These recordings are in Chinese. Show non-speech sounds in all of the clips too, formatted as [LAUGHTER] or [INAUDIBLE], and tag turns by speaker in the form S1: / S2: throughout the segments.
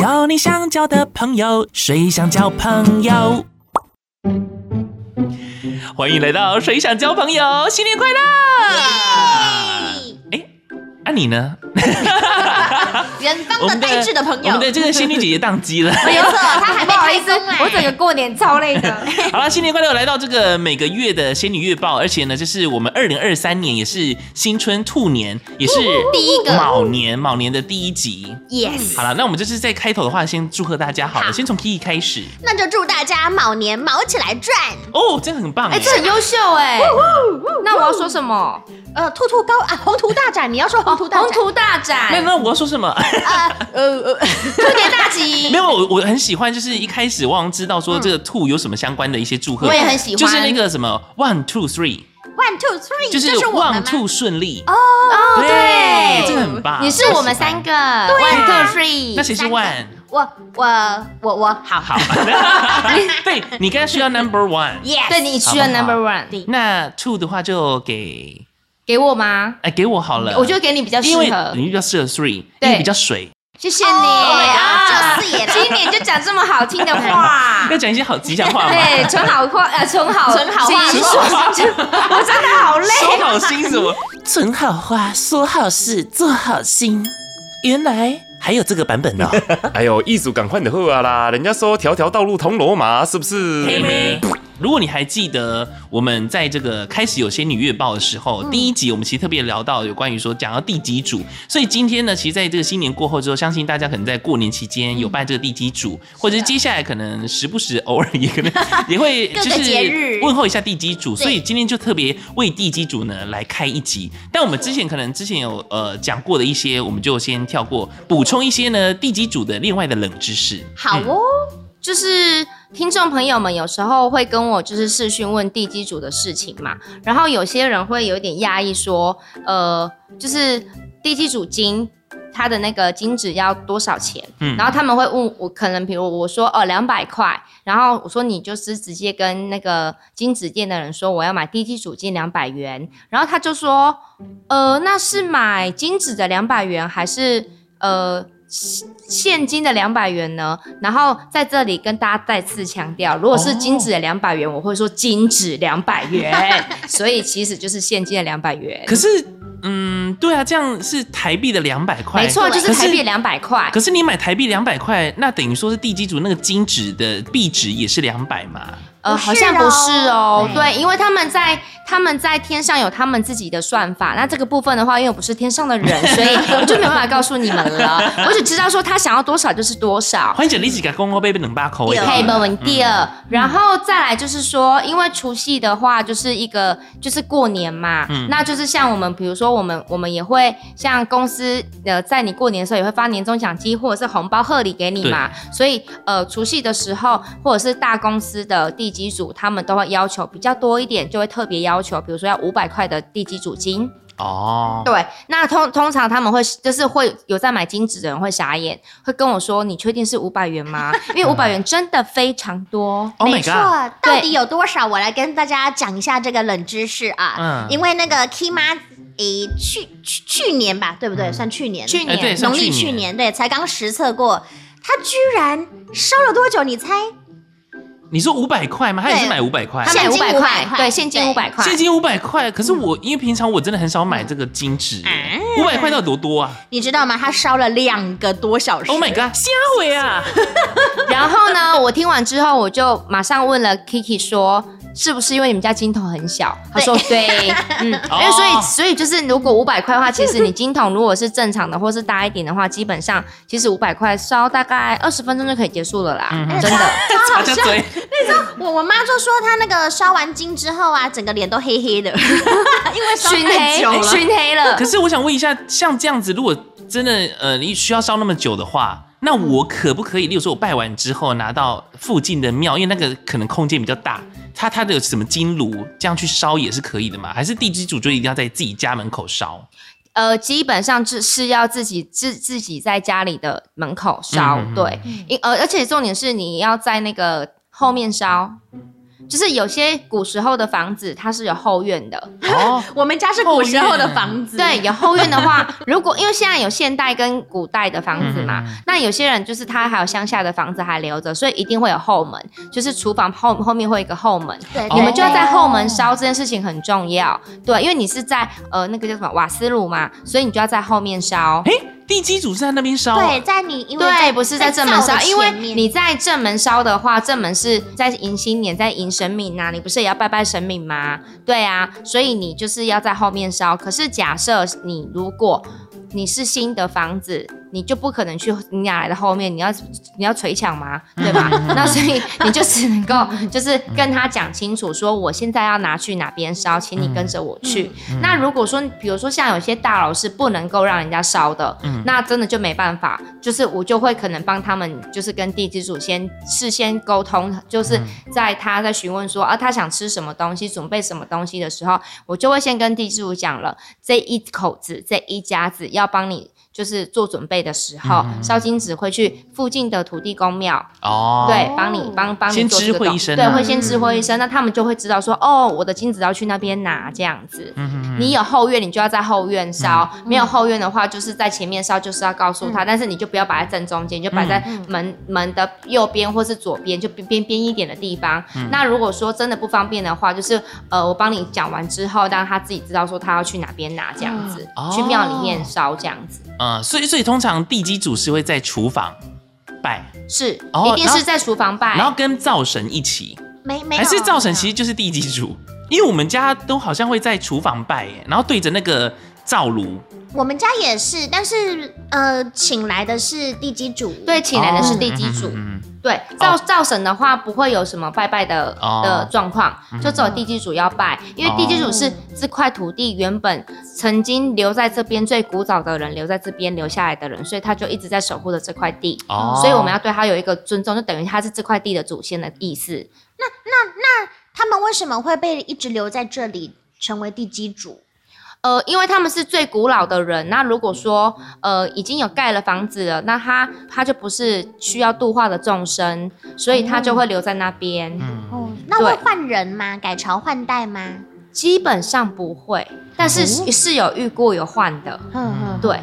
S1: 交你想交的朋友，谁想交朋友？欢迎来到谁想交朋友，新年快乐！哎，啊你呢？
S2: 远
S1: 我
S2: 方的
S1: 们的
S2: 呆滞的朋
S1: 我
S2: 友
S1: 们，的这个仙女姐姐宕机了。
S2: [LAUGHS] 没
S3: [LAUGHS]
S2: 错，他还
S3: 不
S2: 没
S3: 好意
S2: 开
S3: 思，
S2: 工哎。
S3: 我整个过年超累的。
S1: 好了，新年快乐！来到这个每个月的仙女月报，而且呢，这是我们二零二三年，也是新春兔年，也是
S2: 哦第一
S1: [LAUGHS]
S2: 个
S1: 卯年卯年的第一集。
S2: yes，
S1: 好了，那我们这次在开头的话，先祝贺大家好了，
S2: 好
S1: 先从 Kiki 开始
S2: 那就祝大家卯年卯起来赚。
S1: 哦，这个很棒哎
S3: 哎，这很优秀哎。那我要说什么？
S2: [LAUGHS] 呃，兔兔高啊，宏图大展，你要说宏图大
S3: 宏
S2: 展，
S3: 图大
S1: 没有，
S3: 展，
S1: 那我要说什么？
S2: 呃呃 [LAUGHS] 呃，
S3: 兔年大
S1: [LAUGHS]
S3: 吉 [LAUGHS]
S1: 没。有，我我很喜欢，就是一开始忘知道
S2: 嗯
S1: 说这个兔有什么相关的一些祝贺，
S2: 我也很喜欢
S1: 就是那个什么 one two three，
S2: one two three，
S1: 就是
S2: 哎这是我们
S1: one
S2: 吗
S1: two 顺利哦，
S3: 哦
S1: 对，这个很棒。
S3: 你是我们三个，one two three。
S1: 那谁是
S2: 三个
S1: one？
S2: 我我我我好
S1: 好， [LAUGHS] 对你刚才需要 number one，
S2: yes，
S3: 对你需要
S1: 好不好
S3: number one，
S2: 对
S1: 那 two 的话就给
S3: 给我吗？
S1: 哎给我好了，
S3: 我觉得给你比较适
S1: 因为
S3: 合。
S1: 你比较适合 three，
S3: 对
S1: 因为比较水，
S3: 谢谢你
S2: 哦
S3: 啊
S2: 就是也！啦
S3: 今年就讲这么好听的 [LAUGHS] 话
S1: 要，讲一些好吉祥话嘛。
S3: 啊 [LAUGHS] 对，存好话，呃，存好，
S2: 存好话
S3: 心
S1: [LAUGHS] 说好
S3: 我真的好累。
S1: 说好心什么？
S4: [LAUGHS] 存好花，说好事，做好心。原来还有这个版本呢、哦！
S5: 哎呦，艺术赶快的喝啊啦！人家说条条道路通罗马，是不是？
S1: 如果你还记得我们在这个开始有仙女月报的时候，第一集我们其实特别聊到有关于说讲到地基主，所以今天呢，其实在这个新年过后之后，相信大家可能在过年期间有办这个地基主，或者是接下来可能时不时偶尔也可能也会
S2: [LAUGHS] 各
S1: 就
S2: 个节日
S1: 是问候一下地基主，所以今天就特别为地基主呢来开一集。但我们之前可能之前有呃讲过的一些，我们就先跳过，补充一些呢地基主的另外的冷知识。
S2: 好
S1: 嗯
S2: 哦，
S3: 就是听众朋友们有时候会跟我就是视讯问地基组的事情嘛，然后有些人会有点讶异说，呃，就是地基组金。它的那个金纸要多少钱？
S1: 嗯
S3: 然后他们会问我，可能比如我说哦两百块，然后我说你就是直接跟那个金纸店的人说我要买地基组金两百元，然后他就说呃那是买金纸的两百元还是呃现现金的两百元呢？然后在这里跟大家再次强调，如果是金纸的两百元，我会说金纸两百元，
S1: [LAUGHS]
S3: 所以其实就是现金的两百元
S1: 可。是，嗯，对啊，这样是台币的两百块，
S3: 没错，就是
S1: 可
S3: 台币两百块
S1: 可。是你买台币两百块，那等于说是地基组那个金纸的币值也是两百嘛？
S3: 呃，
S2: 不是
S3: 好像不是哦
S2: 哦，
S1: 嗯
S3: 对，因为他们在他们在天上有他们自己的算法，那这个部分的话，因为我不是天上的人，所以我就没办法告诉你们
S1: [LAUGHS]
S3: 了。我只知道说他想要多少就是多少。
S1: 欢迎你几个公公被冷八口
S2: 对
S3: 可以
S1: 哎，
S3: 没问题。然后再来就是说，因为除夕的话，就是一个就是过年嘛，
S1: 嗯
S3: 那就是像我们，比如说我们我们也会像公司呃，在你过年的时候也会发年终奖金或者是红包贺礼给你嘛，所以呃，除夕的时候或者是大公司的地基组，他们都会要求比较多一点，就会特别要求，比如说要五百块的地基组金，
S1: 哦，
S3: 对，那通通常他们会就是会有在买金纸的人会傻眼，会跟我说：“你确定是五百元吗？”因为五百元真的非常多。
S1: Oh
S2: 没
S1: my
S2: 错
S1: god！，
S2: 到底有多少？我来跟大家讲一下这个冷知识
S1: 嗯
S2: 啊，因为那个 K 妈，诶，去去去年吧，对不对？算去年，
S3: 去
S1: 哎，对，
S3: 年
S1: 上
S2: 农历去年对，才刚实测过，它居然烧了多久？你猜？
S1: 你说五百块吗？他也是
S2: 对
S1: 买五百块
S3: 他。买
S2: 现
S3: 五
S2: 金500
S3: 百块，
S2: 块
S3: 对，现金
S2: 对
S3: 五百块，
S1: 现金五百块，可是我因为平常我真的很少买这个金纸，五百块到底多多啊
S2: 你知道吗？它烧了两个多小时。
S1: ？Oh my god！
S4: 瞎回啊！
S3: 然后呢，我听完之后，我就马上问了 Kiki 说，是不是因为你们家金桶很小？他说对，嗯，
S1: 哦
S3: 因为所以所以就是，如果五百块的话，其实你金桶如果是正常的或是大一点的话，基本上其实五百块烧大概二十分钟就可以结束了啦，
S1: 嗯
S3: 真的。
S1: 擦 [LAUGHS] 下嘴，
S2: 我我妈就说她那个烧完金之后啊，整个脸都黑黑的，因为烧
S3: 熏
S2: 太久
S3: 黑，哎
S2: 了。
S3: 熏
S2: [LAUGHS]
S3: 黑了
S1: 可。是我想问一下，像这样子，如果真的呃，你需要烧那么久的话，那我可不可以，例如说我拜完之后拿到附近的庙，因为那个可能空间比较大，它它的有什么金炉这样去烧也是可以的嘛？还是地基主就一定要在自己家门口
S2: [LAUGHS]
S1: 烧？
S3: 呃，基本上是是要自己自自己在家里的门口烧，呃
S1: 嗯嗯嗯
S3: 对，因而而且重点是你要在那个后面烧，就是有些古时候的房子它是有后院的，
S1: 哦，
S2: 我们家是古时候的房子，
S3: 对，有后院的话，如果因为现在有现代跟古代的房子嘛，那有些人就是他还有乡下的房子还留着，所以一定会有后门，就是厨房后后面会有一个后门，
S2: 对，
S3: 你们就要在后门
S2: 烧。
S3: 烧这件事情很重要，对，因为你是在呃那个叫什么瓦斯炉嘛，所以你就要在后面烧。
S1: 哎，地基组是在那边烧啊，
S2: 对，在你因为
S3: 对，不是在正门烧，因为你
S2: 你
S3: 在正门烧的话，正门是在迎新年，在迎神明啊呐、你不是也要拜拜神明吗？对啊，所以你就是要在后面烧。可是假设你如果你是新的房子，你就不可能去你哪来的后面，你要你要捶墙吗？对吧？那所以你就只能够 [LAUGHS] 就是跟他讲清楚，说我现在要拿去哪边烧，请你跟着我去。那如果说比如说像有些大楼是不能够让人家烧的，那真的就没办法，就是我就会可能帮他们，就是跟地基主先事先沟通，就是在他在询问说啊他想吃什么东西，准备什么东西的时候，我就会先跟地基主讲了，这一口子这一家子要帮你。就是做准备的时候，烧金纸会去附近的土地公庙，
S1: 哦，
S3: 对，帮你帮帮你
S1: 先
S3: 做
S1: 知
S3: 这个
S1: 会
S3: 动
S1: 一声
S3: 对，
S1: 啊
S3: 会先知会一声，那他们就会知道说，哦，我的金子要去那边拿这样子。
S1: 嗯
S3: 你有后院，你就要在后院烧；没有后院的话，就是在前面烧，就是要告诉他，
S1: 嗯
S3: 但是你就不要摆在正中间，你就摆在门、门的右边或是左边，就边边边一点的地方。
S1: 嗯
S3: 那如果说真的不方便的话，就是呃，我帮你讲完之后，让他自己知道说他要去哪边拿这样子，
S1: 嗯
S3: 去庙里
S1: 哦
S3: 面烧这样子。
S1: 嗯，所以所以通常地基组是会在厨房拜，
S3: 是，
S1: 哦
S3: 一定
S1: 然后
S3: 是在厨房拜。
S1: 然后跟灶神一起，
S2: 没没有
S1: 还
S2: 啊
S1: 是灶神其实就是地基组，因为我们家都好像会在厨房拜耶，然后对着那个灶炉，
S2: 我们家也是，但是呃，请来的是地基主，
S3: 对，请来的是地基主。
S1: 哦嗯
S3: 对，灶灶神的话不会有什么拜拜的、
S1: 哦
S3: 的状况，就只有地基主要拜，因为地基主是
S2: 哦
S3: 这块土地原本曾经留在这边最古早的人留在这边留下来的人，所以他就一直在守护着这块地。
S1: 哦
S3: 所以我们要对他有一个尊重，就等于他是这块地的祖先的意思。
S2: 他们为什么会被一直留在这里成为地基主？
S3: 呃，因为他们是最古老的人，那如果说呃已经有盖了房子了，那他他就不是需要度化的众生，所以他
S1: 嗯
S3: 就会留在那边。
S2: 哦，那
S3: 对
S2: 会换人吗？改朝换代吗？哦
S3: 基本上不会，但是是是有遇过有换的，
S2: 嗯，
S3: 对。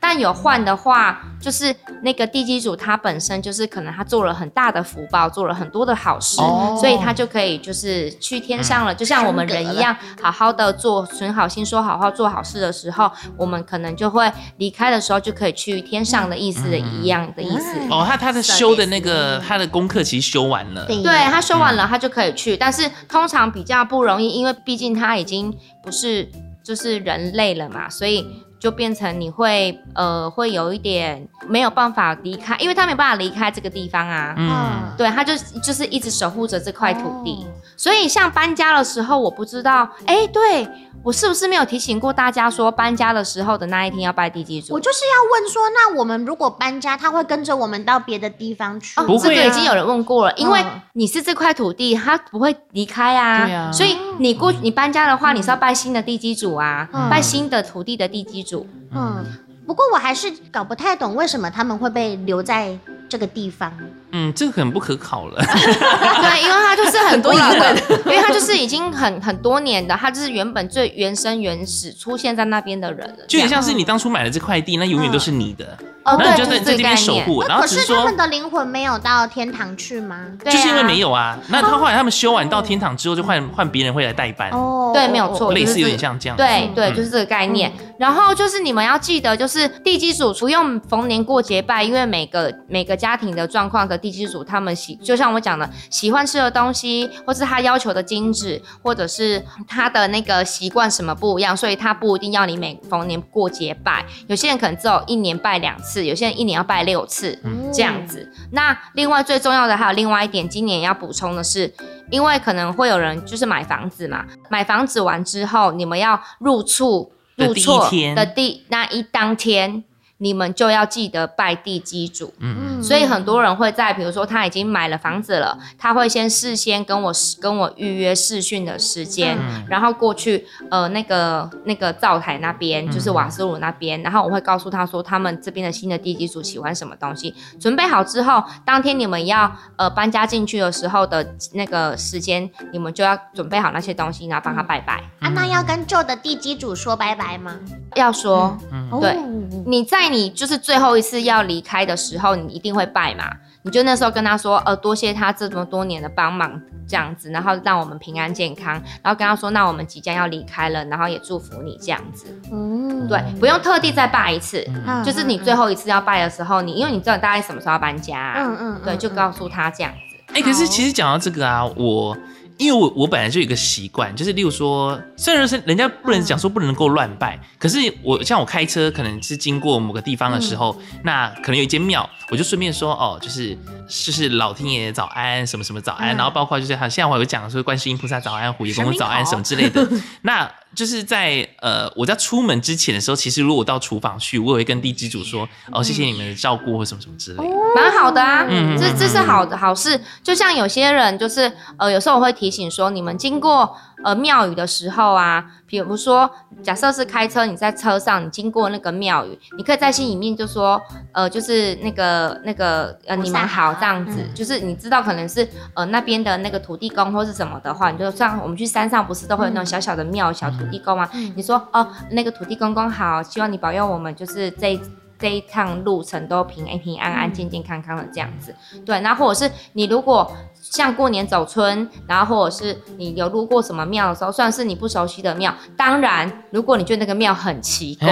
S3: 但有换的话，就是那个地基主他本身就是可能他做了很大的福报，做了很多的好事，
S1: 哦
S3: 所以他就可以就是去天上
S2: 嗯
S3: 了，就像我们人一样，好好的做存好心，说好话，做好事的时候，我们可能就会离开的时候就可以去天上的意思的
S2: 嗯
S3: 一样的意思。
S1: 哦，他他的修的那个他的功课其实修完了，
S2: 对
S3: 对他修完了，他就可以去。但是通常比较不容易，因为毕竟他已经不是就是人类了嘛，所以就变成你会呃会有一点没有办法离开，因为他没办法离开这个地方啊。
S1: 嗯，
S3: 对，他就就是一直守护着这块土地，
S2: 哦
S3: 所以像搬家的时候，我不知道，哎，对我是不是没有提醒过大家说搬家的时候的那一天要拜地基
S2: 我
S3: 主？
S2: 就是要问说，那我们如果搬家，他会跟着我们到别的地方去？
S1: 不
S3: 哦这
S1: 会
S3: 个已
S1: 啊
S3: 经有人问过了，因为
S2: 嗯
S3: 你是这块土地，它不会离开啊，
S1: 对啊
S3: 所以你过你搬家的话，你是要拜新的地基主啊，
S2: 嗯
S3: 拜新的土地的地基主。 [LAUGHS]
S2: 嗯，不过我还是搞不太懂为什么他们会被留在这个地方。
S1: 嗯，这个很不可考了，
S3: [LAUGHS] 对，因为它就是很古老
S1: [LAUGHS]
S3: 的，
S1: 啊
S3: 因为它就是已经很很多年的，它就是原本最原生原始出现在那边的人了，
S1: 就很
S3: 这样
S1: 像是你当初买了这块地，那永远都是你的，
S3: 哦，
S1: 然后
S3: 对，
S1: 你就
S3: 就
S1: 在
S3: 是
S1: 在这
S3: 这个
S1: 边
S3: 概
S1: 守
S3: 念。哦
S1: 护，然后
S2: 可
S1: 只是
S2: 是他
S1: 说
S2: 们。的灵魂没有到天堂去吗？
S3: 对
S1: 就是因为
S3: 啊
S1: 没有啊，那他后来他们修完到天堂之后，就换换别人会来代班，
S2: 哦
S3: 对，没有错，
S1: 类
S3: 就是
S1: 似有
S3: 这
S1: 点像这样子。
S3: 对对，
S1: 嗯
S3: 就是这个概念。然后就是你们要记得，就是地基主不用逢年过节拜，因为每个每个家庭的状况的地基主，他们喜就像我讲的，喜欢吃的东西，或是他要求的精致，或者是他的那个习惯什么不一样，所以他不一定要你每逢年过节拜。有些人可能只有一年拜两次，有些人一年要拜六次。嗯
S2: 嗯
S1: 嗯
S3: 这样子。那另外最重要的还有另外一点，今年要补充的是，因为可能会有人就是买房子嘛，买房子完之后，你们要入厝
S1: 的
S3: 入
S1: 第一
S3: 厝
S1: 天
S3: 的第那一当天。你们就要记得拜地基主。
S1: 嗯，
S3: 所以很多人会在，比如说他已经买了房子了，他会先事先跟我跟我预约试训的时间，
S1: 嗯
S3: 然后过去呃那个那个灶台那边，就是
S1: 嗯
S3: 瓦斯炉那边，然后我会告诉他说他们这边的新的地基组喜欢什么东西，准备好之后，当天你们要呃搬家进去的时候的那个时间，你们就要准备好那些东西，然后帮他拜拜。
S2: 啊，那要跟旧的地基主说拜拜吗？
S3: 要说、
S1: 嗯
S3: 对
S2: 哦
S3: 你在你就是最后一次要离开的时候，你一定会拜嘛？你就那时候跟他说，呃，多谢他这么多年的帮忙，这样子，然后让我们平安健康，然后跟他说，那我们即将要离开了，然后也祝福你这样子，
S2: 嗯，
S3: 对，不用特地再拜一次，
S2: 嗯
S3: 就是你最后一次要拜的时候，你因为你知道你大概什么时候要搬家、啊
S2: 嗯嗯，
S3: 对，
S2: 嗯
S3: 就告诉他这样子，
S1: 哎、可是其实讲到这个啊，我因为我我本来就有一个习惯，就是例如说，虽然是人家不
S2: 嗯
S1: 能讲说不能够乱拜，可是我像我开车可能是经过某个地方的时候，
S2: 嗯
S1: 那可能有一间庙，我就顺便说哦，就是就是老天爷早安，什么什么早安，
S2: 嗯
S1: 然后包括就是好，现在我有讲说观世音菩萨早安，虎爷公公早安
S2: 神
S1: 什
S2: 明
S1: 么
S2: 好
S1: 之类的，那就是在呃，我在出门之前的时候，其实如果我到厨房去，我也会跟地基主说哦，谢谢你们的照顾或什么什么之类的。
S3: 蛮好的啊，
S1: 嗯
S3: 这这是好的好事。就像有些人就是呃，有时候我会提醒说，你们经过呃庙宇的时候啊，比如说假设是开车，你在车上你经过那个庙宇，你可以在心里面就说呃，就是那个那个呃
S2: 菩萨
S3: 你们好这样子，
S1: 嗯
S3: 就是你知道可能是呃那边的那个土地公或是什么的话，你就像我们去山上不是都会有那
S1: 嗯
S3: 种小小的庙、小土地公吗？
S2: 嗯
S3: 你说哦，那个土地公公好，希望你保佑我们，就是这一这一趟路程都平安平安安、健健康康的这样子。对，那或者是你如果像过年走村，然后或者是你有路过什么庙的时候，算是你不熟悉的庙，当然如果你觉得那个庙很奇怪。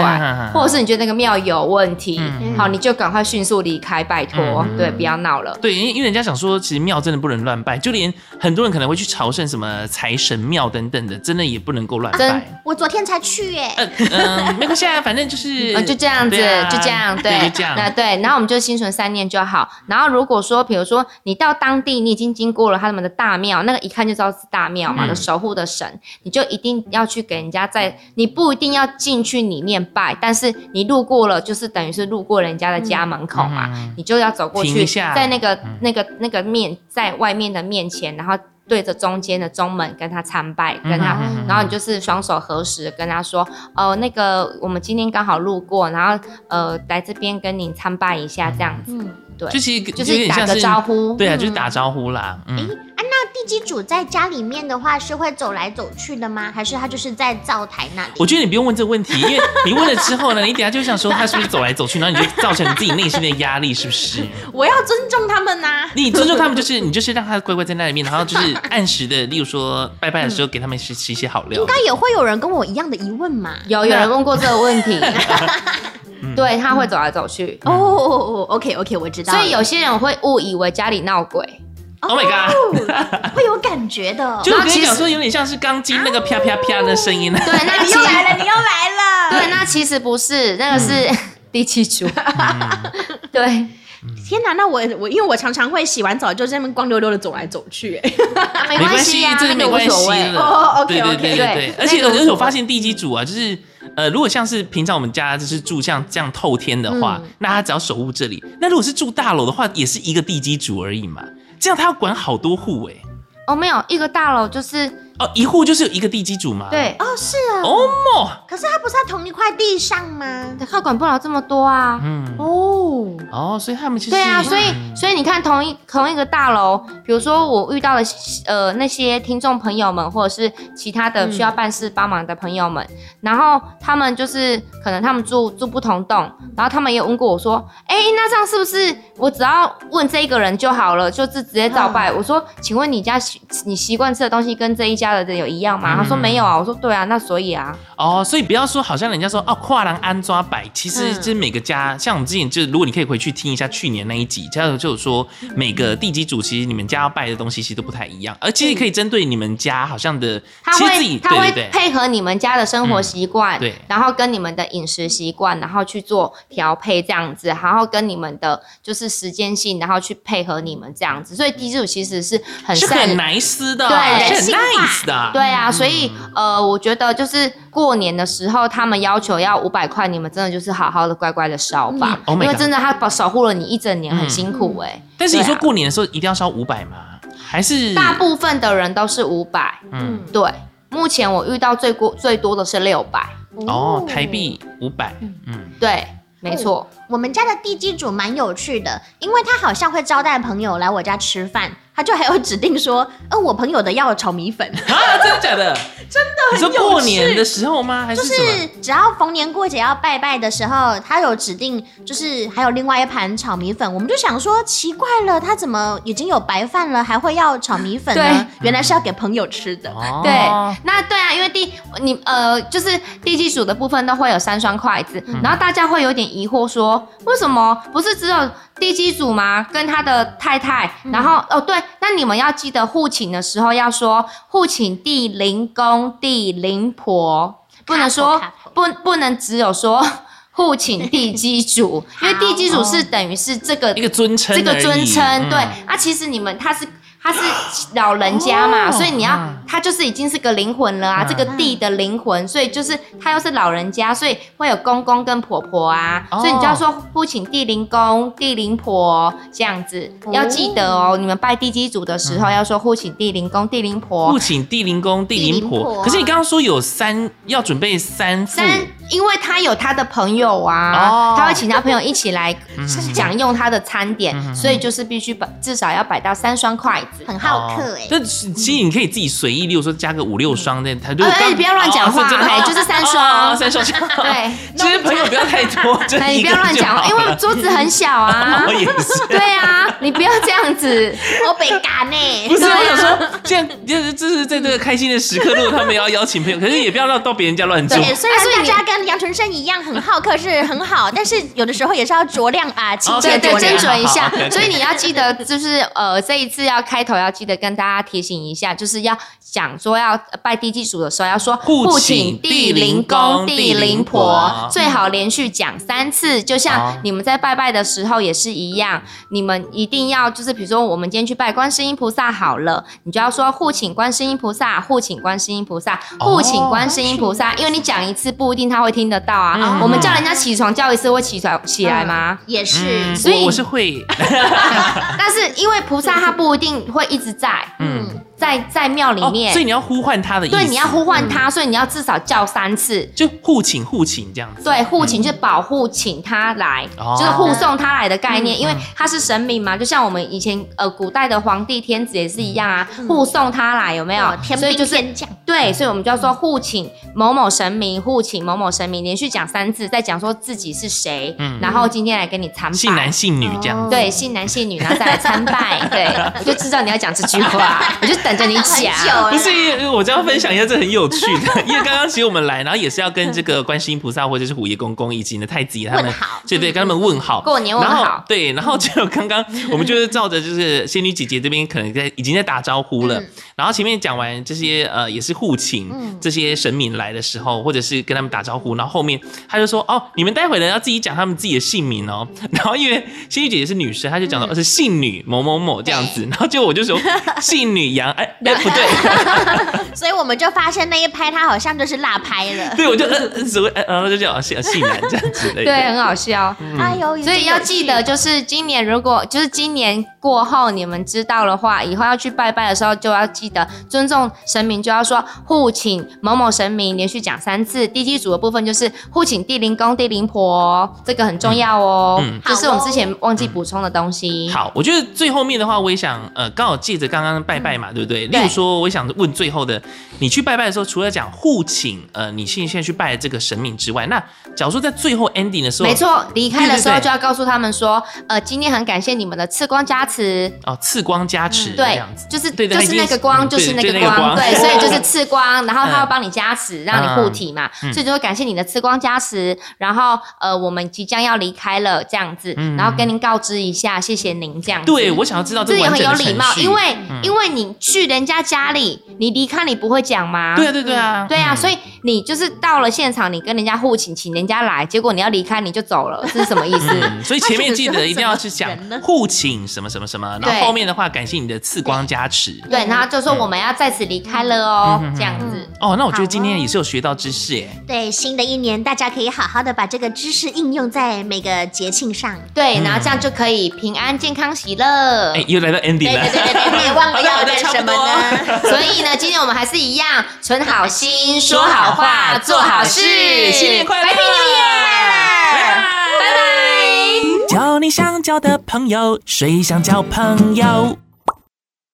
S3: 或者是你觉得那个庙有问题，
S1: 嗯
S3: 好，你就赶快迅速离开，拜托，
S1: 嗯
S3: 对，不要闹了。
S1: 对，因为因为人家想说，其实庙真的不能乱拜，就连很多人可能会去朝圣什么财神庙等等的，真的也不能够乱拜。
S2: 我昨天才去耶，
S1: 嗯嗯，没关系啊，反正就是、
S3: 嗯，就这样子，
S1: 对啊
S3: 就这样，
S1: 对就这样
S3: 那对，然后我们就心存善念就好。然后如果说，比如说你到当地，你已经经过了他们的大庙，那个一看就知道是大庙嘛，
S1: 嗯
S3: 有守护的神，你就一定要去给人家在，你不一定要进去里面拜，但是你路过了，就是等于是路过人家的家门口嘛，
S1: 嗯
S3: 你就要走过
S1: 停
S3: 去，
S1: 一下
S3: 在那个、
S1: 嗯
S3: 那个那个面，在外面的面前，然后对着中间的中门跟他参拜，跟他
S1: 嗯嗯嗯嗯
S3: 然后你就是双手合十，跟他说，哦、那个我们今天刚好路过，然后呃来这边跟你参拜一下，这样子，
S2: 嗯，
S3: 对，
S1: 就其实有
S3: 就是
S1: 点
S3: 打
S1: 像
S3: 个
S1: 是
S3: 招呼，
S1: 对啊，就是打招呼啦。嗯，
S2: 那地基主在家里面的话是会走来走去的吗？还是他就是在灶台那里？
S1: 我觉得你不用问这个问题，因为你问了之后呢，你等一下就想说他是不是走来走去，然后你就造成你自己内心的压力，是不是？
S2: 我要尊重他们呐、
S1: 你尊重他们，就是你就是让他乖乖在那里面，然后就是按时的，例如说拜拜的
S3: 嗯
S1: 时候给他们吃吃一些好料。
S2: 那也会有人跟我一样的疑问嘛？
S3: 有有人问过这个问题，
S1: 嗯
S3: 对，他会走来走去，
S2: 哦哦，OK OK，我知道了，
S3: 嗯
S2: 哦
S3: 所以有些人会误以为家里闹鬼，
S1: Oh my god！
S2: 会有感觉的。
S1: 就我跟
S3: 然后
S1: 你
S3: 其实啊
S1: 讲说，有点像是钢筋那个啪啪啪的声音。啊
S3: 对，那
S2: 你
S3: 其
S2: 哎又
S3: 实
S2: 来了，你又来了！
S3: 对，那其实不是，那个是
S1: 嗯
S3: [LAUGHS] 第七组， [LAUGHS] 对，
S6: 天哪，那我我因为我常常会洗完澡就在那边光溜溜的走来走去、哎，
S1: [LAUGHS]
S3: 没
S1: 没
S3: 关
S1: 系，
S3: 啊，
S1: 这个没
S3: 那个无
S1: 关系
S3: 所谓。
S1: 了。
S6: 哦，OK，
S1: 对对
S6: OK
S1: 对对对
S3: 对，
S1: 而且
S3: 那
S1: 而
S3: 个无所谓
S1: 且我发现地基主啊，就是呃，如果像是平常我们家就是住像这样透天的话，
S3: 嗯
S1: 那他只要守护这里；那如果是住大楼的话，也是一个地基主而已嘛。这样他要管好多户哎、
S3: 哦，没有一个大楼就是
S1: 哦，一户就是有一个地基主嘛。
S3: 对，
S2: 哦，是啊，
S1: 哦莫，
S2: 可是他不是在同一块地上吗？
S3: 他管不了这么多啊。
S1: 嗯，
S2: 哦，
S1: 哦，所以他们其实
S3: 对啊，所以所以你看同一同一个大楼，比如说我遇到的呃那些听众朋友们，或者是其他的需要办事帮忙的朋友们，然后他们就是可能他们住住不同栋，然后他们也问过我说，哎、那这样是不是我只要问这一个人就好了，就是直接照拜？我说，请问你家习你习惯吃的东西跟这一家的人有一样吗？
S1: 嗯
S3: 他说没有啊，我说对啊，那所以啊，
S1: 哦，所以不要说好像人家说哦，跨栏安抓摆，其实
S2: 嗯
S1: 就是每个家，像我们之前就是，如果你可以回去听一下去年那一集，这样就有说每个地基主其实你们家要拜的东西其实都不太一样，而其实可以针对你们家好像的，
S3: 他
S1: 其实自己
S3: 会嗯他
S1: 对
S3: 会
S1: 对对。
S3: 配合你们家的生活习惯、
S1: 嗯对
S3: 然后跟你们的饮食习惯，然后去做调配这样子，然后跟你们的就是时间性，然后去配合你们这样子，所以地基主其实是很
S1: 是
S3: 善
S1: 很嗯 nice 的，是
S3: 对人
S1: 很
S2: 性化
S1: nice 的，
S3: 对啊，所以呃，我觉得就是过年的时候，他们要求要五百块，你们真的就是好好的乖乖的烧吧，
S1: 嗯，Oh my
S3: 因为
S1: God 嗯
S3: 真的他保守护了你一整年，很辛苦哎、
S1: 但是你
S3: 对
S1: 说
S3: 啊
S1: 过年的时候一定要烧五百吗？还是
S3: 大部分的人都是五百，
S1: 嗯
S3: 对。目前我遇到最过最多的是六百，
S1: 哦，台币五百，嗯， [LAUGHS]
S3: 对，没错，
S2: 我们家的地基主蛮有趣的，因为他好像会招待朋友来我家吃饭，他就还有指定说，呃，我朋友的要炒米粉，
S1: 啊，真的假的？真的你说过年的时候吗？还
S2: 就是
S1: 什么？
S2: 是只要逢年过节要拜拜的时候，他有指定，就是还有另外一盘炒米粉，我们就想说奇怪了，他怎么已经有白饭了，还会要炒米粉呢？
S6: 原来是要给朋友吃的。
S1: 哦
S3: 对，那对啊，因为第你呃，就是地基组的部分都会有三双筷子，
S2: 嗯
S3: 然后大家会有点疑惑说，为什么不是只有地基组吗？跟他的太太，
S2: 嗯
S3: 然后、哦对，那你们要记得互请的时候要说互请地灵公、地灵婆，不能说
S2: 卡婆卡
S3: 不不能只有说互请地基
S2: [LAUGHS]
S3: 组，因为地基组
S2: 哦
S3: 是等于是这个
S1: 一个尊称而
S3: 这
S1: 已，
S3: 个尊称，
S1: 嗯
S3: 对。啊，其实你们他是他是老人家嘛，所以你要他就是已经是个灵魂了啊，
S1: 哦嗯
S3: 这个地的灵魂，所以就是他又是老人家，所以会有公公跟婆婆啊，
S1: 哦
S3: 所以你就要说不请地灵公、地灵婆这样子，要记得哦，你们拜地基主的时候要说互请地灵公、地灵婆
S1: 不。嗯请地灵公、地灵
S2: 地灵婆
S1: 婆。可是你刚刚说有三，要准备三副，
S3: 三，因为他有他的朋友啊
S1: 哦，嗯
S3: 他会请他朋友一起来享用他的餐点，所以就是必须摆至少要摆到三双筷子。
S2: 很好客哎、
S1: 哦但是其实你可以自己随意，例如说加个五六双那台，如果
S3: 哎
S1: 刚
S3: 不要乱讲话
S1: 哦
S3: 哎就是三双
S1: 哦三双。
S3: [LAUGHS] 对，
S1: [LAUGHS] 其实朋友不要太多，就
S3: 哎，
S1: 一
S3: 你不
S1: 个
S3: 要乱
S1: 就好
S3: 讲，因为
S1: 了
S3: 桌子很小啊
S1: [LAUGHS] 。我也是。
S3: 对啊，你不要这样子。
S2: 我被赶
S1: [LAUGHS]
S2: 呢，
S1: 不是，
S3: 啊
S1: 我想说，这样就是这是在这个开心的时刻，如果他们要邀请朋
S3: [LAUGHS]
S1: 友，可是也不要让到别人家乱做。
S2: 对，虽然
S3: 啊所以
S2: 大
S3: 你
S2: 家跟杨纯生一样很好客是很好，但是有的时候也是要酌量啊，亲切
S3: 哦对
S1: 对
S3: 对，
S2: 酌
S3: 斟
S2: 量。
S3: 酌一下
S1: 好好。，OK，OK
S3: 所以你要记得，就是呃，这一次要开头要记得跟大家提醒一下，就是要讲说要呃拜地基主的时候，要说
S1: 互请
S3: 地
S1: 地
S3: 灵
S1: 灵
S3: 公、
S1: 公
S3: 地
S1: 地
S3: 灵
S1: 灵
S3: 婆
S1: 婆，
S3: 最好连续讲三次。就像
S1: 好
S3: 你们在拜拜的时候也是一样，你们一定要就是比如说我们今天去拜观世音菩萨好了，你就要说互请观世音菩萨，互请观世音菩萨，
S1: 哦
S3: 互请观世音菩萨，因为你讲一次不一定他会听得到啊。
S1: 嗯
S3: 我们叫人家起床叫一次会起床起来吗？
S2: 也是，
S1: 嗯
S3: 所以
S1: 我我是会，
S3: [LAUGHS] 但是因为菩萨他不一定会一直在，
S1: 嗯，
S3: 在在庙里
S1: 哦
S3: 面，
S1: 所以你要呼唤他的意思，嗯
S3: 对，你要呼唤他，所以你要至少叫三次。
S1: 就互请互请这样子。
S3: 对，护请就是保护，请他来，
S1: 嗯哦嗯
S3: 就是护送他来的概念，因为他是神明嘛，就像我们以前呃古代的皇帝、天子也是一样啊，
S1: 嗯
S3: 护送他来有没有
S2: 哦？天
S3: 所以
S2: 兵
S3: 就是
S2: 天将，
S3: 对，所以我们就要说护请某某神明，护请某某神明，连续讲三次，再讲说自己是谁，
S1: 嗯
S3: 然后今天来跟你参拜。
S1: 性男性女这样子，
S3: 对，信男信女，然后再来参拜。对，我就知道你要讲这句话，我就等着你
S2: 很
S3: 讲。
S2: 久了，
S1: 不是，因为我这样分享一下，这很有趣的。 [LAUGHS] 因为刚刚其实我们来，然后也是要跟这个观世音菩萨或者是虎爷公公以及呢太子爷他
S2: 问
S1: 们
S2: 好，
S1: 对对，跟他们问好。
S3: 嗯过年问
S1: 然
S3: 好嗯
S1: 后，对，然后就刚刚我们就是照着就是仙女姐姐这边可能在已经在打招呼
S3: 嗯
S1: 了，然后前面讲完这些呃也是互请这些神明来的时候，或者是跟他们打招呼，然后后面他就说哦，你们待会呢要自己讲他们自己的姓名哦， [LAUGHS] 然后因为仙女姐姐是女生，她就讲
S3: 嗯
S1: 到、哦是姓女某某某这样子，然后就我就说
S3: [LAUGHS]
S1: 姓女杨，哎哎不对，
S2: 所以我们就发现那一拍他好像就是辣拍了。
S1: [LAUGHS] 对我就呃呃只会呃然后就叫姓姓男这样子的，
S3: [LAUGHS] 对，很好笑。
S2: 哎呦，
S3: 所以要记得，就是今年如果就是今年过后，你们知道的话，以后要去拜拜的时候，就要记得尊重神明，就要说护请某某神明，连续讲三次。地基组的部分就是护请地灵公、地灵婆哦，这个很重要哦，
S1: 嗯嗯嗯
S3: 这是我们之前忘记补充的东西。
S1: 好，我觉得最后面的话，我也想呃，刚好借着刚刚拜
S3: 嗯
S1: 拜嘛，对不对？例如说，我也想问最后的，你去拜拜的时候，除了讲互请，呃，你现现在去拜的这个神明之外，那假如说在最后 ending 的时候，
S3: 没，错，离开
S1: 对
S3: 的
S1: 对
S3: 时候
S1: 对
S3: 就要告诉他们说，呃，今天很感谢你们的吃光加持，
S1: 哦，刺光加持这
S3: 嗯对
S1: 样子，，
S3: 就是
S1: 对
S3: 就是那个
S1: 嗯
S3: 光，就是
S1: 对
S3: 那
S1: 对
S3: 个
S1: 那个
S3: 光，
S1: 光
S3: 对，所以就是刺光，
S1: [LAUGHS]
S3: 然后它会帮你加持，让你护体嘛，
S1: 嗯
S3: 所以就会感谢你的刺光加持，然后呃，我们即将要离开了这样子，
S1: 嗯
S3: 然后跟您告知一下，谢谢您这样子。
S1: 对我想要知道
S3: 这
S1: 个
S3: 也
S1: 完
S3: 很
S1: 整
S3: 有
S1: 的
S3: 礼
S1: 程
S3: 貌，
S1: 序
S3: 因为、
S1: 嗯
S3: 因为你去人家家里，你离开你不会讲吗？
S1: 对啊对对啊，
S3: 对啊，
S1: 嗯
S3: 所以你就是到了现场，你跟人家互请，请人家来，结果你要离开你就走了，这是什么意思？
S1: 嗯，所以前面记得一定要去
S3: [LAUGHS]
S1: 讲
S6: 他选的是什么人呢
S1: 互请什么什么什么，然
S3: 对
S1: 后后面的话感谢你的刺光加持。
S3: 对，然后就说
S1: 嗯
S3: 我们要在此离开了哦，这样子。
S1: 哦，那我觉得今
S3: 好
S1: 天
S3: 哦
S1: 也是有学到知识耶。
S2: 对，新的一年大家可以好好的把这个知识应用在每个节庆上。
S3: 对，然后这样就可以平安、健康、喜乐。
S1: 嗯哎，又来到 ending
S2: 对
S1: 了
S2: 对，对对对，别忘了要
S1: [LAUGHS] 好的
S2: 干
S1: 差不
S2: 什么
S1: 多
S2: 呢？
S3: 所以呢，今天我们还是一样，存好心，说好话，做好事。
S1: 新年快乐，
S3: 拜拜
S1: 拜
S4: 交你想交的朋友，谁想交朋友？